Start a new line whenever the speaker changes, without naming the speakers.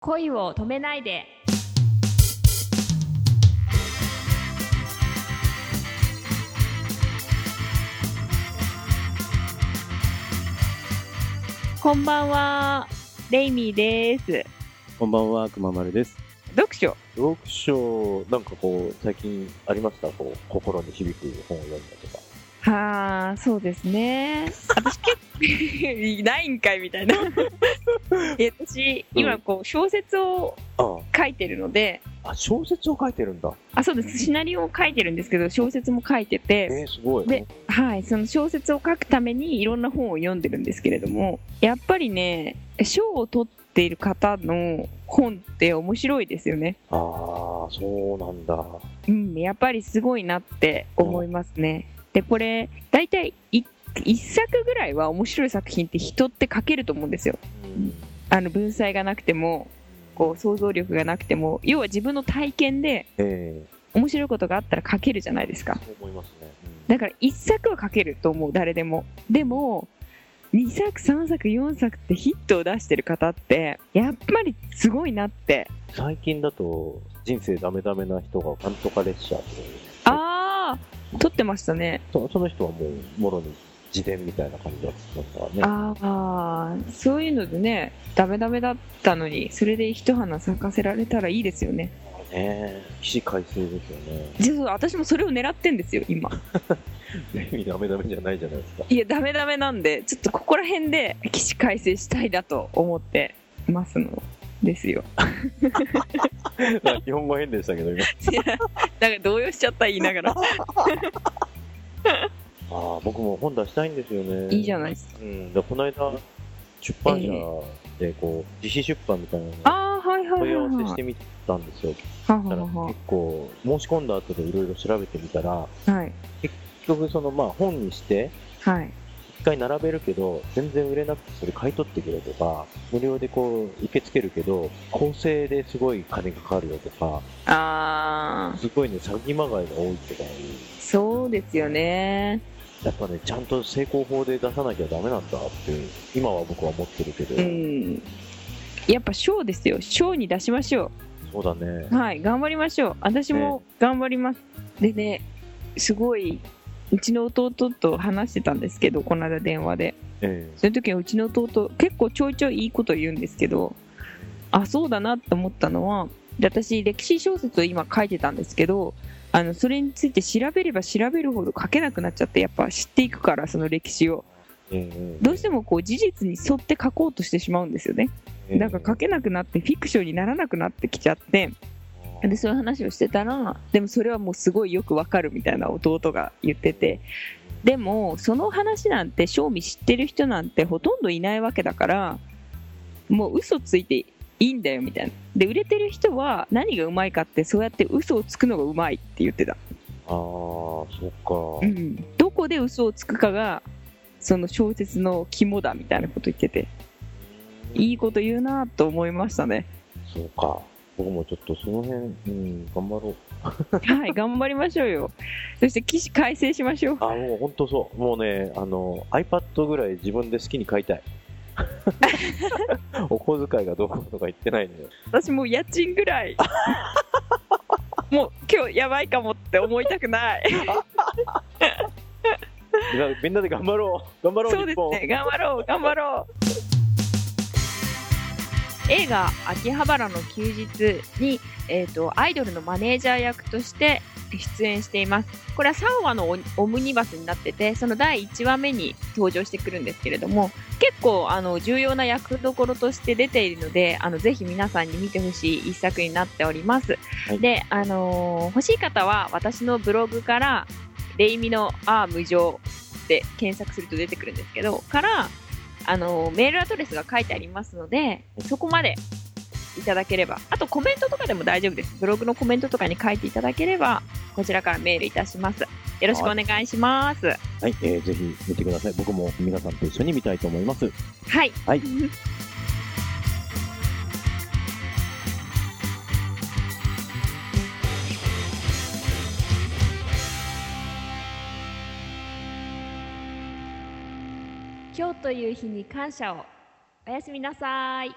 恋を止めないで。こんばんは、レイミーです。
こんばんは、くままるです。
読書。
読書、なんかこう、最近ありましたこう、心に響く本を読んだとか。
はあ、そうですね。私結構 ないんかいみたいな。いや私
うん
今こう小説を
あ
書いてるので、
あ、小説を書いてるんだ。
あそうです。シナリオを書いてるんですけど、小説も書いてて。
えー、すごい。
ではい、その小説を書くためにいろんな本を読んでるんですけれどもやっぱりね賞を取っている方の本って面白いですよね、
ああ、そうなんだ。
うん、やっぱりすごいなって思いますねでこれ大体い一作ぐらいは面白い作品って人って書けると思うんですよ
うん。
あの文才がなくてもこう想像力がなくても要は自分の体験で
え
面白いことがあったら書けるじゃないです
え
か
そう思いますね。うん
だから1作は書けると思う誰でもでも2作3作4作ってヒットを出してる方ってやっぱりすごいなって
最近だと、人生ダメダメな人が、なんとか列車っていう。
ああ撮ってましたね
そその人はもう、もろに自伝みたいな感じだったからね。
ああそういうのでねダメダメだったのにそれで一花咲かせられたらいいですよね
ねえ。起死回生ですよね。
じゃあそう私もそれを狙ってんですよ今
意味ダメダメじゃないじゃないですか。
いやダメダメなんでちょっとここら辺で起死回生したいなと思ってますのですよ
日本語変でしたけど、今。
いやなんか動揺しちゃった言いながら
ああ、僕も本出したいんですよね。
いいじゃない
い。
ですか
うん。で、この間、出版社で、こう、自費出版みたいなのを
ああはいはい
問い合わ
は
せ
い
し
はい
てみたんですよ。
は
だから
はは
結構、申し込んだ後でいろいろ調べてみたら、
はい
結局その、まあ、本にして、
はい
一回並べるけど、全然売れなくてそれ買い取ってくれとか、無料でこう、受け付けるけど、構成ですごい金かかるよとか、
ああ
すごいね、詐欺まがいが多いとかいう、
そうですよね
やっぱね、ちゃんと成功法で出さなきゃダメなんだって、今は僕は思ってるけど、
うんやっぱ賞ですよ賞に出しましょ
そうだね
う。はい頑張りましょう私も頑張ります、でねすごいうちの弟と話してたんですけどこの間電話で
え
その時はうちの弟結構ちょいちょいいいこと言うんですけどあそうだなって思ったのはで私歴史小説を今書いてたんですけどあのそれについて調べれば調べるほど書けなくなっちゃってやっぱ知っていくからその歴史を
えええ
どうしてもこう事実に沿って書こうとしてしまうんですよね
ええ
なんか書けなくなってフィクションにならなくなってきちゃってでそういう話をしてたらでもそれはもうすごいよくわかるみたいな弟が言っててでもその話なんて正味知ってる人なんてほとんどいないわけだからもう嘘ついていいんだよみたいなで売れてる人は何がうまいかってそうやって嘘をつくのがうまいって言ってた、
ああそっ
う
か、
ん、どこで嘘をつくかがその小説の肝だみたいなこと言ってていいこと言うなと思いました ね
そうか僕もちょっとその辺、うん、頑張ろう
はい頑張りましょうよそして起死回生しましょう
あもう本当そうもうねあの iPad ぐらい自分で好きに買 いたいお小遣いがどうこうとか言ってないのよ
私もう家賃ぐ らいもう今日やばいかもって思いたくない
みんなみんなで頑張ろう頑張ろう
そうで
日
す
本
ね頑張ろう頑張ろう映画「秋葉原の休日に」えーとアイドルのマネージャー役として出演していますこれは3話のオオムニバスになっててその第1話目に登場してくるんですけれども結構あの重要な役どころとして出ているのであのぜひ皆さんに見てほしい一作になっております、
はい
で、あのー欲しい方は私のブログから「レイミのアー無情」で検索すると出てくるんですけどからあのメールアドレスが書いてありますのでそこまでいただければあとコメントとかでも大丈夫ですブログのコメントとかに書いていただければこちらからメールいたしますよろしくお願いしますはい、
はい、えーぜひ見てください僕も皆さんと一緒に見たいと思いますはい
今日という日に感謝をおやすみなさい